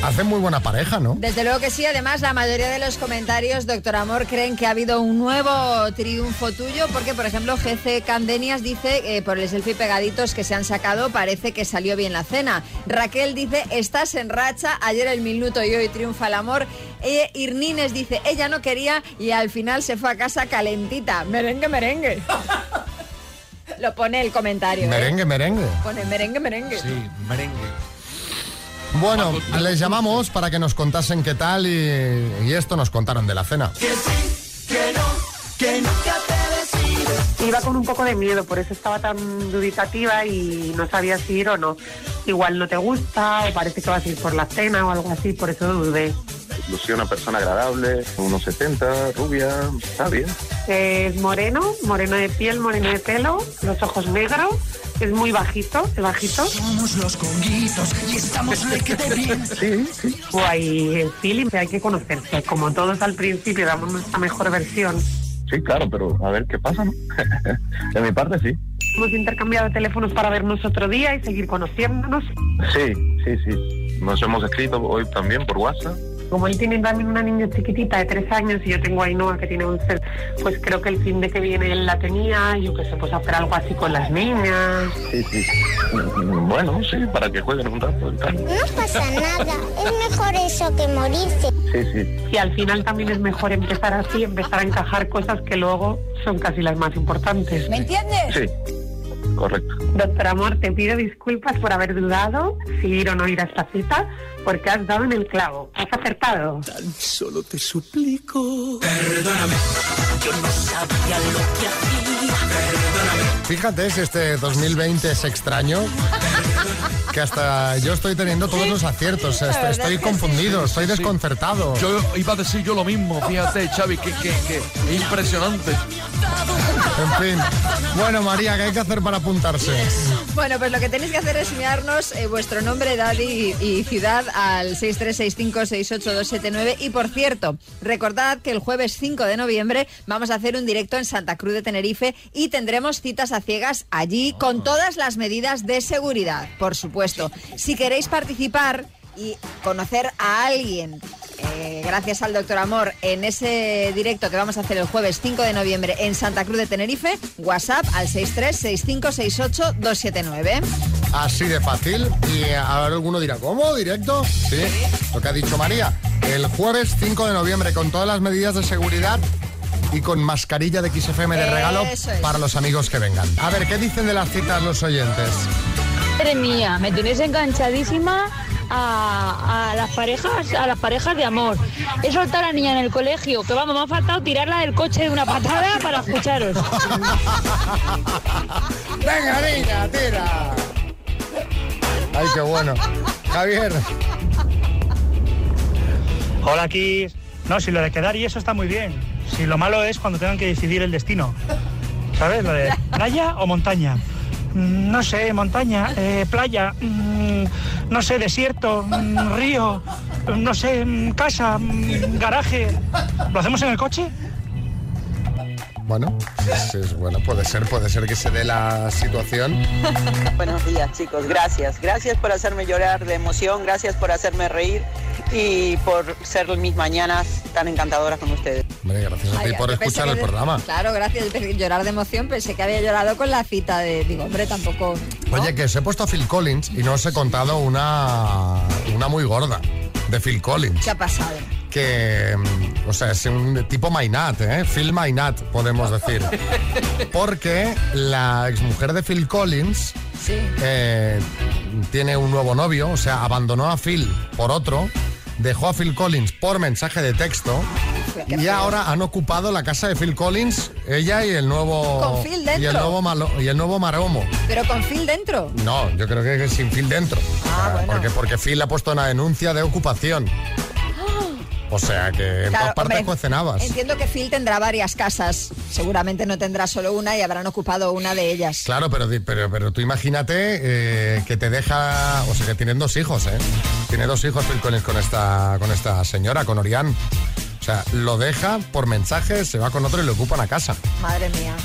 Speaker 1: Hacen muy buena pareja, ¿no?
Speaker 2: Desde luego que sí, además la mayoría de los comentarios, doctor Amor, creen que ha habido un nuevo triunfo tuyo, porque por ejemplo GC Candenias dice, eh, por el selfie pegaditos que se han sacado, parece que salió bien la cena. Raquel dice, estás en racha, ayer el minuto y hoy triunfa el amor. Eh, Irnines dice, ella no quería y al final se fue a casa calentita. Merengue, merengue. Lo pone el comentario. ¿eh?
Speaker 1: Merengue, merengue.
Speaker 2: Pone merengue, merengue.
Speaker 1: merengue. Bueno, les llamamos para que nos contasen qué tal y, y esto nos contaron de la cena.
Speaker 20: Que no, que nunca te Iba con un poco de miedo, por eso estaba tan duditativa y no sabía si ir o no. Igual no te gusta o parece que vas a ir por la cena o algo así, por eso dudé.
Speaker 12: Lucía una persona agradable, 1,70, rubia, está bien.
Speaker 20: Es moreno, moreno de piel, moreno de pelo, los ojos negros, es muy bajito, es bajito. Somos los conguitos y estamos le que bien. Sí, sí. Guay, el feeling que hay que conocerse. Como todos al principio, damos nuestra mejor versión.
Speaker 12: Sí, claro, pero a ver qué pasa, ¿no? De mi parte sí.
Speaker 20: Hemos intercambiado teléfonos para vernos otro día y seguir conociéndonos.
Speaker 12: Sí, sí, sí. Nos hemos escrito hoy también por WhatsApp.
Speaker 20: Como él tiene también una niña chiquitita de tres años y yo tengo a Ainhoa que tiene 11, pues creo que el fin de que viene él la tenía, yo que sé, pues hacer algo así con las niñas.
Speaker 12: Sí, sí. Mm, Bueno, sí, para que jueguen un rato y tal.
Speaker 20: No pasa nada, es mejor eso que morirse.
Speaker 12: Sí, sí.
Speaker 20: Y al final también es mejor empezar así, empezar a encajar cosas que luego son casi las más importantes.
Speaker 2: ¿Me entiendes?
Speaker 12: Sí.
Speaker 21: correcto.
Speaker 3: Doctor Amor, te pido disculpas por haber dudado si ir o no ir a esta cita, porque has dado en el clavo. Has acertado.
Speaker 22: Solo te suplico. Perdóname. Yo no sabía lo que
Speaker 1: Fíjate si este 2020 es extraño. Que hasta yo estoy teniendo todos los aciertos.
Speaker 4: la
Speaker 1: est-
Speaker 4: verdad
Speaker 1: Estoy
Speaker 4: es que
Speaker 1: confundido, estoy desconcertado.
Speaker 4: Yo iba a decir yo lo mismo, fíjate, Xavi, que, que, que impresionante.
Speaker 1: En fin. Bueno, María, ¿qué hay que hacer para apuntarse?
Speaker 2: Bueno, pues lo que tenéis que hacer es enviarnos eh, vuestro nombre, edad y, y ciudad al 636568279. Y por cierto, recordad que el jueves 5 de noviembre vamos a hacer un directo en Santa Cruz de Tenerife y tendremos citas a ciegas allí con todas las medidas de seguridad, por supuesto. Si queréis participar y conocer a alguien eh, gracias al doctor Amor, en ese directo que vamos a hacer el jueves 5 de noviembre en Santa Cruz de Tenerife, WhatsApp al 636568279.
Speaker 1: Así de fácil. Y eh, ahora alguno dirá, ¿cómo? ¿Directo? Sí. Lo que ha dicho María. El jueves 5 de noviembre, con todas las medidas de seguridad y con mascarilla de XFM de regalo
Speaker 23: Eso es.
Speaker 1: para los amigos que vengan. A ver, ¿qué dicen de las citas los oyentes?
Speaker 23: Madre mía, me tenéis enganchadísima a, a las parejas, a las parejas de amor. He soltado a la niña en el colegio, que vamos, me ha faltado tirarla del coche de una patada para escucharos.
Speaker 1: Venga, niña, tira. Ay, qué bueno. Javier.
Speaker 12: Hola, Kiss. No, si lo de quedar y eso está muy bien. Si lo malo es cuando tengan que decidir el destino. ¿Sabes? Lo de playa o montaña. Mm, No sé, montaña, eh, playa, mm, no sé, desierto, mm, río, mm, no sé, mm, casa, mm, garaje. ¿Lo hacemos en el coche?
Speaker 1: Bueno, pues es- bueno, puede ser, puede ser que se dé la situación.
Speaker 24: Buenos días, chicos. Gracias. Gracias por hacerme llorar de emoción. Gracias por hacerme reír y por ser mis mañanas tan encantadoras con ustedes.
Speaker 1: Hombre, gracias a ti
Speaker 2: Ay,
Speaker 1: por
Speaker 2: yo pensé
Speaker 1: escuchar
Speaker 2: que
Speaker 1: el
Speaker 2: de-
Speaker 1: programa.
Speaker 2: Claro, gracias. Yo pensé- Llorar de emoción, pensé que había llorado con la cita de. Digo, hombre, tampoco.
Speaker 1: Oye, que os he puesto a Phil Collins y no os he contado una, una muy gorda de Phil Collins.
Speaker 2: ¿Qué ha pasado?
Speaker 1: Que, mm, o sea, es un tipo Mainat, ¿eh? Phil Mainat, podemos decir. Porque la exmujer de Phil Collins eh, tiene un nuevo novio, o sea, abandonó a Phil por otro, dejó a Phil Collins por mensaje de texto y ahora han ocupado la casa de Phil Collins, ella y el nuevo
Speaker 2: Con Phil dentro.
Speaker 1: y el nuevo malo, y el nuevo maromo.
Speaker 2: Pero con Phil dentro.
Speaker 1: No, yo creo que sin Phil dentro.
Speaker 2: Ah,
Speaker 1: O sea, porque, porque Phil ha puesto una denuncia de ocupación. O sea que en todas
Speaker 2: Claro,
Speaker 1: partes
Speaker 2: hombre,
Speaker 1: cocenabas.
Speaker 2: Entiendo que Phil tendrá varias casas. Seguramente no tendrá solo una y habrán ocupado una de ellas.
Speaker 1: Claro, pero, di- pero, pero tú imagínate eh, que te deja. O sea, que tienen dos hijos, ¿eh? Tiene dos hijos Phil Collins con esta, con esta señora, con Orián. O sea, lo deja por mensaje, se va con otro y le ocupan a casa.
Speaker 2: Madre mía.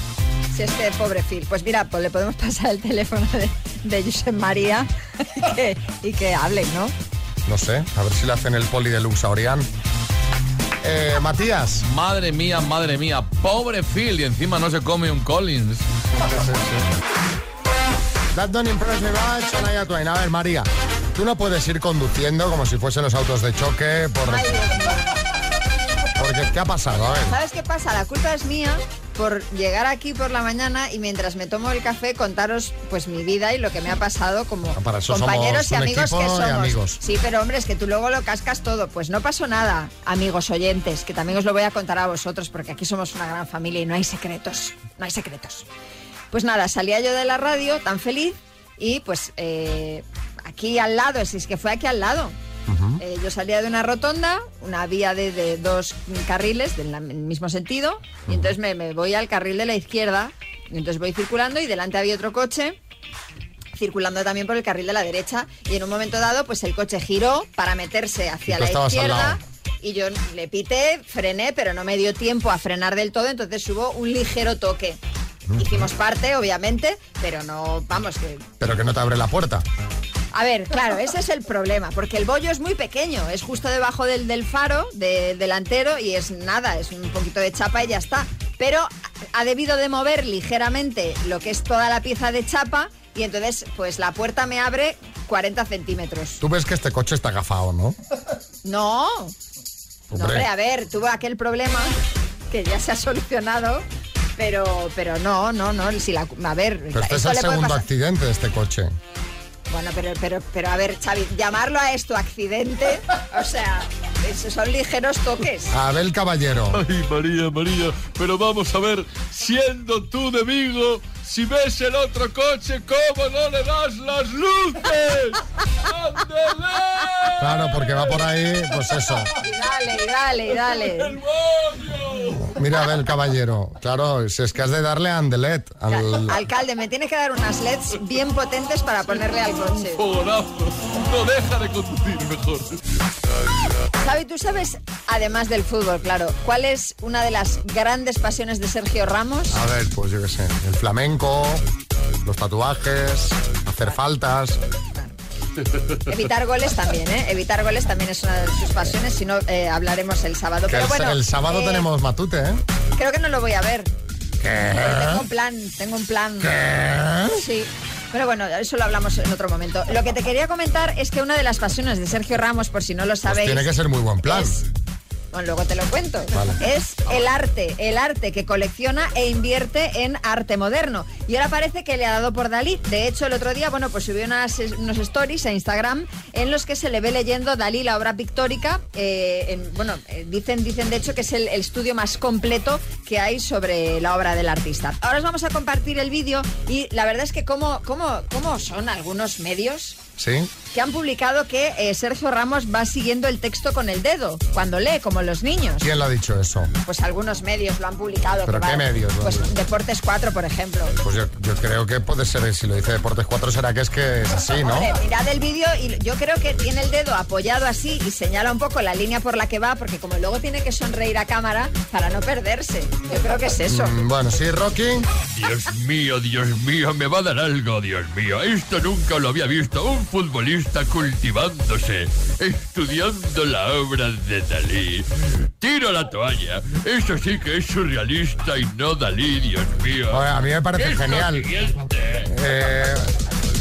Speaker 2: Si este pobre Phil. Pues mira, pues le podemos pasar el teléfono de, de Josep María y que, y que hablen, ¿no?
Speaker 1: No sé, a ver si le hacen el poli deluxe a Orián. Eh, Matías.
Speaker 4: Madre mía, madre mía, pobre Phil y encima no se come un Collins.
Speaker 1: That don't impress me much, Shania Twain. A ver, María, tú no puedes ir conduciendo como si fuesen los autos de choque por...
Speaker 2: Ay, Dios mío.
Speaker 1: porque ¿qué ha pasado? A ver.
Speaker 2: ¿Sabes qué pasa? La culpa es mía por llegar aquí por la mañana y mientras me tomo el café contaros pues mi vida y lo que me ha pasado como
Speaker 1: Ah, para eso
Speaker 2: compañeros
Speaker 1: somos
Speaker 2: y
Speaker 1: un
Speaker 2: amigos que
Speaker 1: equipo
Speaker 2: somos.
Speaker 1: de amigos.
Speaker 2: Sí, pero hombre, es que tú luego lo cascas todo. Pues no pasó nada, amigos oyentes, que también os lo voy a contar a vosotros porque aquí somos una gran familia y no hay secretos, no hay secretos. Pues nada, salía yo de la radio tan feliz y pues eh, aquí al lado, si es que fue aquí al lado, eh, yo salía de una rotonda, una vía de, de dos carriles del la- mismo sentido, y entonces me, me voy al carril de la izquierda, y entonces voy circulando y delante había otro coche circulando también por el carril de la derecha y en un momento dado pues el coche giró para meterse hacia
Speaker 25: Y tú
Speaker 2: la
Speaker 25: estabas al
Speaker 2: izquierda
Speaker 25: lado.
Speaker 2: y yo le pité, frené, pero no me dio tiempo a frenar del todo, entonces hubo un ligero toque. Hicimos parte, obviamente, pero no, vamos, que
Speaker 1: Pero que no te abre la puerta.
Speaker 2: a ver, claro, ese es el problema, porque el bollo es muy pequeño, es justo debajo del, del faro, del delantero, y es nada, es un poquito de chapa y ya está. Pero ha debido de mover ligeramente lo que es toda la pieza de chapa, y entonces, pues la puerta me abre 40 centímetros.
Speaker 1: Tú ves que este coche está agafado, ¿no?
Speaker 2: No, no,
Speaker 1: Hombre.
Speaker 2: hombre, a ver, tuvo aquel problema que ya se ha solucionado. Pero, pero no, no, no. Si la, a ver,
Speaker 1: Pero este es
Speaker 2: esto
Speaker 1: el
Speaker 2: le puede
Speaker 1: segundo
Speaker 2: pasar-
Speaker 1: accidente de este coche.
Speaker 2: Bueno, pero, pero, pero a ver, Xavi, llamarlo a esto accidente, o sea, eso son ligeros toques.
Speaker 1: Abel Caballero.
Speaker 7: Ay, María, María, pero vamos a ver, siendo tú de Vigo, si ves el otro coche, ¿cómo no le das las luces? ¡Ándale!
Speaker 1: Claro, porque va por ahí, pues eso.
Speaker 2: Y dale, y dale, y dale.
Speaker 1: Mira, Abel Caballero. Claro, si es que has de darle a Andelet. Al...
Speaker 2: Alcalde, me tienes que dar unas LEDs bien potentes para ponerle al coche.
Speaker 7: Fogonazo, no deja de conducir mejor.
Speaker 2: Xavi, tú sabes, además del fútbol, claro, ¿cuál es una de las grandes pasiones de Sergio Ramos?
Speaker 1: A ver, pues yo qué sé. El flamenco, los tatuajes, hacer faltas.
Speaker 2: Evitar goles también, ¿eh? Evitar goles también es una de sus pasiones, si no eh, hablaremos el sábado.
Speaker 1: Que
Speaker 2: Pero
Speaker 1: el,
Speaker 2: bueno,
Speaker 1: el sábado
Speaker 2: eh,
Speaker 1: tenemos matute, ¿eh?
Speaker 2: Creo que no lo voy a ver. Tengo
Speaker 1: ¿Qué?
Speaker 2: un plan, tengo un plan. Sí. Pero bueno, eso lo hablamos en otro momento. Lo que te quería comentar es que una de las pasiones de Sergio Ramos, por si no lo
Speaker 1: Pues
Speaker 2: sabéis,
Speaker 1: tiene que ser muy buen plan.
Speaker 2: bueno, luego te lo cuento.
Speaker 1: Vale.
Speaker 2: Es el arte, el arte que colecciona e invierte en arte moderno. Y ahora parece que le ha dado por Dalí. De hecho, el otro día, bueno, pues subió unas, unos stories a Instagram en los que se le ve leyendo Dalí la obra pictórica. eh, en- bueno, eh, dicen, dicen de hecho que es el, el estudio más completo que hay sobre la obra del artista. Ahora os vamos a compartir el vídeo y la verdad es que cómo, cómo, cómo son algunos medios
Speaker 1: ¿Sí?
Speaker 2: que han publicado que eh, Sergio Ramos va siguiendo el texto con el dedo cuando lee, como los niños.
Speaker 1: ¿Quién le ha dicho eso?
Speaker 2: Pues algunos medios lo han publicado.
Speaker 1: ¿Pero
Speaker 2: que
Speaker 1: qué
Speaker 2: va-
Speaker 1: medios lo han
Speaker 2: Pues
Speaker 1: dicho?
Speaker 2: Deportes 4, por ejemplo.
Speaker 1: Pues yo, yo creo que puede ser, si lo dice Deportes 4, será que es que es así, ¿no?
Speaker 2: Hombre, mirad el vídeo y yo creo que tiene el dedo apoyado así y señala un poco la línea por la que va, porque como luego tiene que sonreír a cámara para no perderse. Yo creo que es pues eso.
Speaker 1: Mm, bueno, sí, Rocky.
Speaker 7: Dios mío, Dios mío, me va a dar algo, Dios mío. Esto nunca lo había visto. Un futbolista cultivándose, estudiando la obra de Dalí. Tiro la toalla. Eso sí que es surrealista y no Dalí, Dios mío.
Speaker 1: Oye, a mí me parece
Speaker 7: Es lo
Speaker 1: Ah, genial.
Speaker 7: siguiente.
Speaker 1: Eh,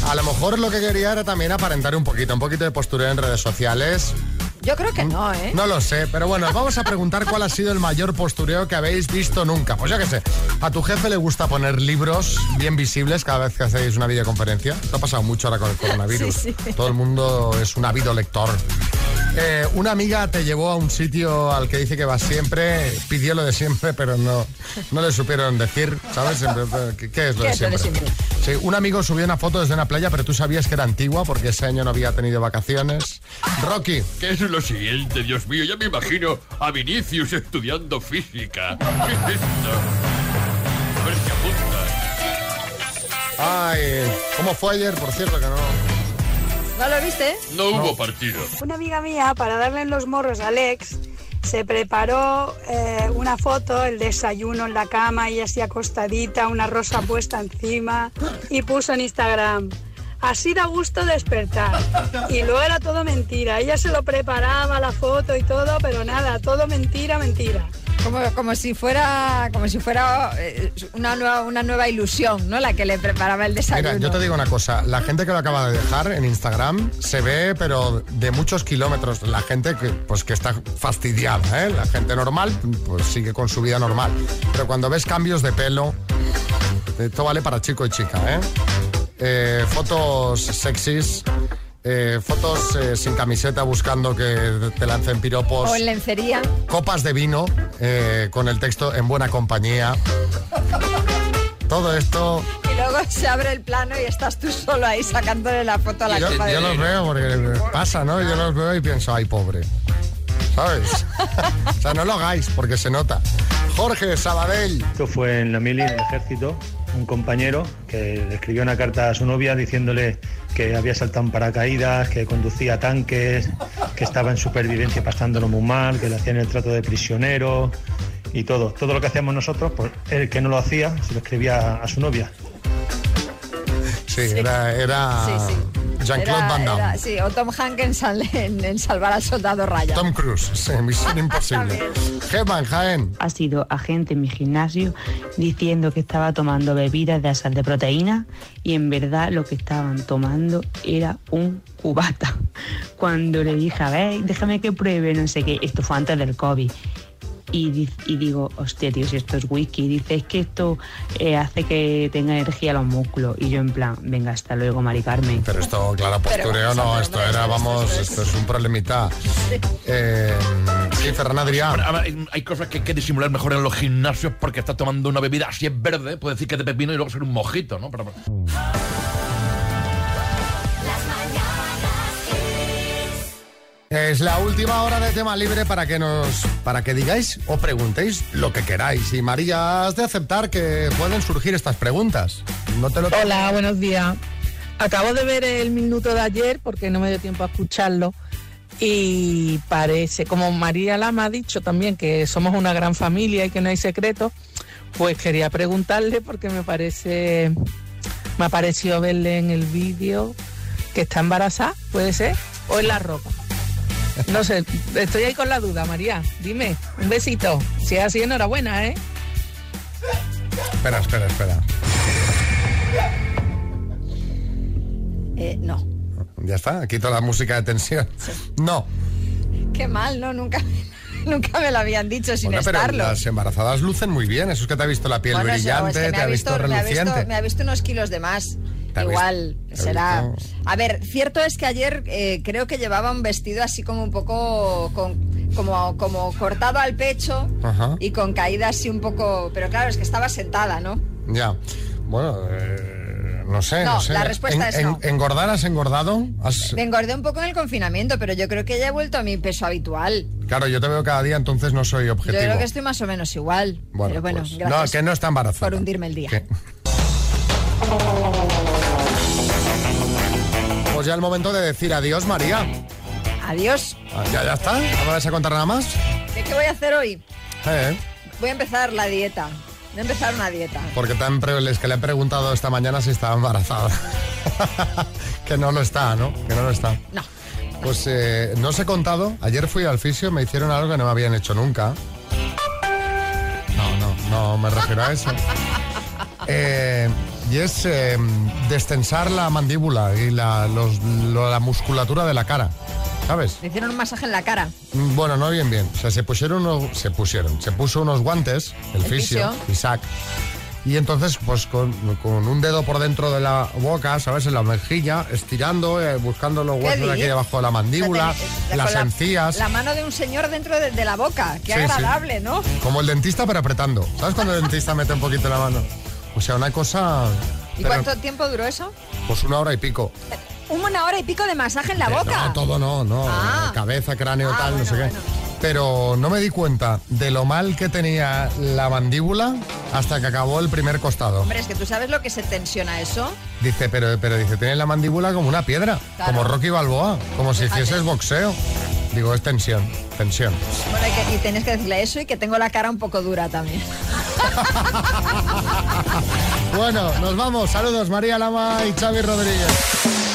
Speaker 1: a lo mejor lo que quería era también aparentar un poquito, un poquito de postura en redes sociales.
Speaker 2: Yo creo que no, ¿eh?
Speaker 1: No lo sé, pero bueno, vamos a preguntar cuál ha sido el mayor postureo que habéis visto nunca. Pues yo qué sé, a tu jefe le gusta poner libros bien visibles cada vez que hacéis una videoconferencia. Esto ha pasado mucho ahora con el coronavirus.
Speaker 8: Sí, sí.
Speaker 1: Todo el mundo es un ávido lector. Eh, una amiga te llevó a un sitio al que dice que va siempre, pidió lo de siempre, pero no, no le supieron decir, ¿sabes? Siempre, ¿Qué, qué es lo
Speaker 2: ¿Qué
Speaker 1: de
Speaker 2: es lo de
Speaker 1: siempre? Sí, un amigo subió una foto desde una playa, pero tú sabías que era antigua porque ese año no había tenido vacaciones. Rocky.
Speaker 7: ¿Qué es lo siguiente, Dios mío? Ya me imagino a Vinicius estudiando física. ¿Qué es esto? A ver si apunta.
Speaker 1: Ay, ¿cómo fue ayer? Por cierto que no.
Speaker 2: ¿No lo viste?
Speaker 7: No hubo partido.
Speaker 10: Una amiga mía, para darle en los morros a Alex, se preparó eh, una foto, el desayuno en la cama y así acostadita, una rosa puesta encima y puso en Instagram. Así da gusto despertar. Y luego era todo mentira. Ella se lo preparaba, la foto y todo, pero nada, todo mentira, mentira.
Speaker 2: Como, como si fuera, como si fuera eh, una, nueva, una nueva ilusión, ¿no? La que le preparaba el desayuno.
Speaker 1: Mira, yo te digo una cosa, la gente que lo acaba de dejar en Instagram se ve, pero de muchos kilómetros, la gente que, pues, que está fastidiada, ¿eh? la gente normal pues, sigue con su vida normal, pero cuando ves cambios de pelo, esto vale para chico y chica, ¿eh? Eh, fotos sexys, eh, fotos eh, sin camiseta buscando que te lancen piropos.
Speaker 2: O en lencería.
Speaker 1: copas de vino eh, con el texto en buena compañía. Todo esto
Speaker 2: Y luego se abre el plano y estás tú solo ahí sacándole la foto a la
Speaker 1: yo,
Speaker 2: copa de
Speaker 1: yo los
Speaker 2: vino.
Speaker 1: veo porque pasa, ¿no? Yo los veo y pienso, ay, pobre. ¿Sabes? o sea, no lo hagáis porque se nota. Jorge Sabadell.
Speaker 25: Esto fue en la mili, en el ejército, un compañero que le escribió una carta a su novia diciéndole que había saltado en paracaídas, que conducía tanques, que estaba en supervivencia pasándolo muy mal, que le hacían el trato de prisionero y todo. Todo lo que hacíamos nosotros, pues él que no lo hacía, se lo escribía a su novia.
Speaker 1: Sí, era, era
Speaker 2: Sí,
Speaker 1: Jean-Claude
Speaker 2: Era-
Speaker 1: Van Damme.
Speaker 2: era- sí, o Tom Hanks en, sal- en- en Salvar al Soldado Ryan.
Speaker 1: Tom Cruise, sí, Misión Imposible. Gemma en Jaén.
Speaker 26: Ha sido agente en mi gimnasio diciendo que estaba tomando bebidas de asal de proteína y en verdad lo que estaban tomando era un cubata. Cuando le dije, a ver, déjame que pruebe, no sé qué, esto fue antes del COVID. y, di- y digo, hostia, tío, si esto es whisky, y dice, es que esto eh, hace que tenga energía los músculos. Y yo en plan, venga, hasta luego, Mari Carmen.
Speaker 1: Pero esto, Clara, postureo no, esto era, vamos, esto es un problemita. Eh, sí, Ferran Adrià.
Speaker 4: Bueno, ahora, Ah, hay- hay cosas que hay que disimular mejor en los gimnasios porque estás tomando una bebida así es verde, puedes decir que es de pepino y luego ser un mojito, ¿no? Pero-
Speaker 1: Es la última hora de tema libre para que nos para que digáis o preguntéis lo que queráis. Y María, has de aceptar que pueden surgir estas preguntas. No te lo
Speaker 6: Hola, buenos días. Acabo de ver el minuto de ayer porque no me dio tiempo a escucharlo y parece, como María Lama ha dicho también que somos una gran familia y que no hay secretos, pues quería preguntarle porque me parece, me ha parecido verle en el vídeo que está embarazada, puede ser, o en la ropa. No sé, estoy ahí con la duda, María. Dime, un besito. Si es así, enhorabuena, ¿eh?
Speaker 1: Espera, espera, espera.
Speaker 2: Eh, no.
Speaker 1: Ya está, quito la música de tensión. No,
Speaker 2: Qué mal, ¿no? Nunca, nunca me lo habían dicho sin
Speaker 1: bueno, pero
Speaker 2: estarlo.
Speaker 1: las embarazadas lucen muy bien. Eso es que te ha visto la piel
Speaker 2: Bueno, eso, es
Speaker 1: brillante,
Speaker 2: que me
Speaker 1: te ha visto,
Speaker 2: me ha visto-
Speaker 1: reluciente.
Speaker 2: me ha visto unos kilos de más.
Speaker 1: Te ha visto-
Speaker 2: Igual,
Speaker 1: te ha
Speaker 2: será.
Speaker 1: visto.
Speaker 2: A ver, cierto es que ayer eh, creo que llevaba un vestido así como un poco. con- como, como cortado al pecho
Speaker 1: Ajá.
Speaker 2: y con caída así un poco. Pero claro, es que estaba sentada, ¿no?
Speaker 1: Ya. Bueno, eh, no sé, no,
Speaker 2: No,
Speaker 1: sé.
Speaker 2: la respuesta es no.
Speaker 1: ¿Engordar has engordado? ¿Has-
Speaker 2: Me engordé un poco en el confinamiento, pero yo creo que ya he vuelto a mi peso habitual.
Speaker 1: Claro, yo te veo cada día, entonces no soy objetivo.
Speaker 2: Yo creo que estoy más o menos igual.
Speaker 1: Bueno,
Speaker 2: pero bueno,
Speaker 1: pues, no,
Speaker 2: gracias
Speaker 1: que no está embarazada.
Speaker 2: por hundirme el día.
Speaker 1: ¿Qué? Pues ya el momento de decir adiós, María.
Speaker 2: Adiós.
Speaker 1: Ah, Ya, ya está. ¿No vas a contar nada más?
Speaker 2: ¿Qué, qué voy a hacer hoy?
Speaker 1: Eh,
Speaker 2: Voy a empezar la dieta. Voy a empezar una dieta.
Speaker 1: porque tan pre- es que le he preguntado esta mañana si estaba embarazada. que no lo está, ¿no? Que no lo está.
Speaker 2: No.
Speaker 1: Pues eh, no os he contado. Ayer fui al fisio, me hicieron algo que no me habían hecho nunca. No, no, no me refiero a eso. Eh, y es eh, destensar la mandíbula y la, los- lo- la musculatura de la cara, ¿sabes?
Speaker 2: Me hicieron un masaje en la cara.
Speaker 1: Mm, Bueno, no bien, bien. O sea, se pusieron unos, se pusieron, se puso unos guantes, el,
Speaker 2: El
Speaker 1: fisio,
Speaker 2: fisio.
Speaker 1: Isaac. Y entonces, pues con, con un dedo por dentro de la boca, ¿sabes? En la mejilla, estirando, eh, buscando los
Speaker 2: ¿Qué
Speaker 1: huesos de aquí
Speaker 2: dices?
Speaker 1: debajo de la mandíbula,
Speaker 2: O sea, te- eh,
Speaker 1: las
Speaker 2: con la-
Speaker 1: encías.
Speaker 2: La mano de un señor dentro de, de la boca. Qué
Speaker 1: Sí, sí.
Speaker 2: agradable, ¿no?
Speaker 1: Como el dentista, pero apretando. ¿Sabes cuando el dentista mete un poquito la mano? O sea, una cosa...
Speaker 2: ¿Y
Speaker 1: pero,
Speaker 2: cuánto tiempo duró eso?
Speaker 1: Pues una hora y pico.
Speaker 2: Una hora y pico de masaje en la
Speaker 1: Eh,
Speaker 2: boca.
Speaker 1: No, todo no, no.
Speaker 2: Ah.
Speaker 1: Cabeza, cráneo, tal, no sé qué. Pero no me di cuenta de lo mal que tenía la mandíbula hasta que acabó el primer costado.
Speaker 2: Hombre, es que tú sabes lo que se tensiona eso.
Speaker 1: Dice, pero, pero dice, tiene la mandíbula como una piedra,
Speaker 2: Claro.
Speaker 1: como Rocky Balboa, como si
Speaker 2: Fíjate.
Speaker 1: hicieses boxeo. Digo, es tensión, tensión.
Speaker 2: Bueno, y, que- y tienes que decirle eso y que tengo la cara un poco dura también.
Speaker 1: Bueno, nos vamos. Saludos María Lama y Xavi Rodríguez.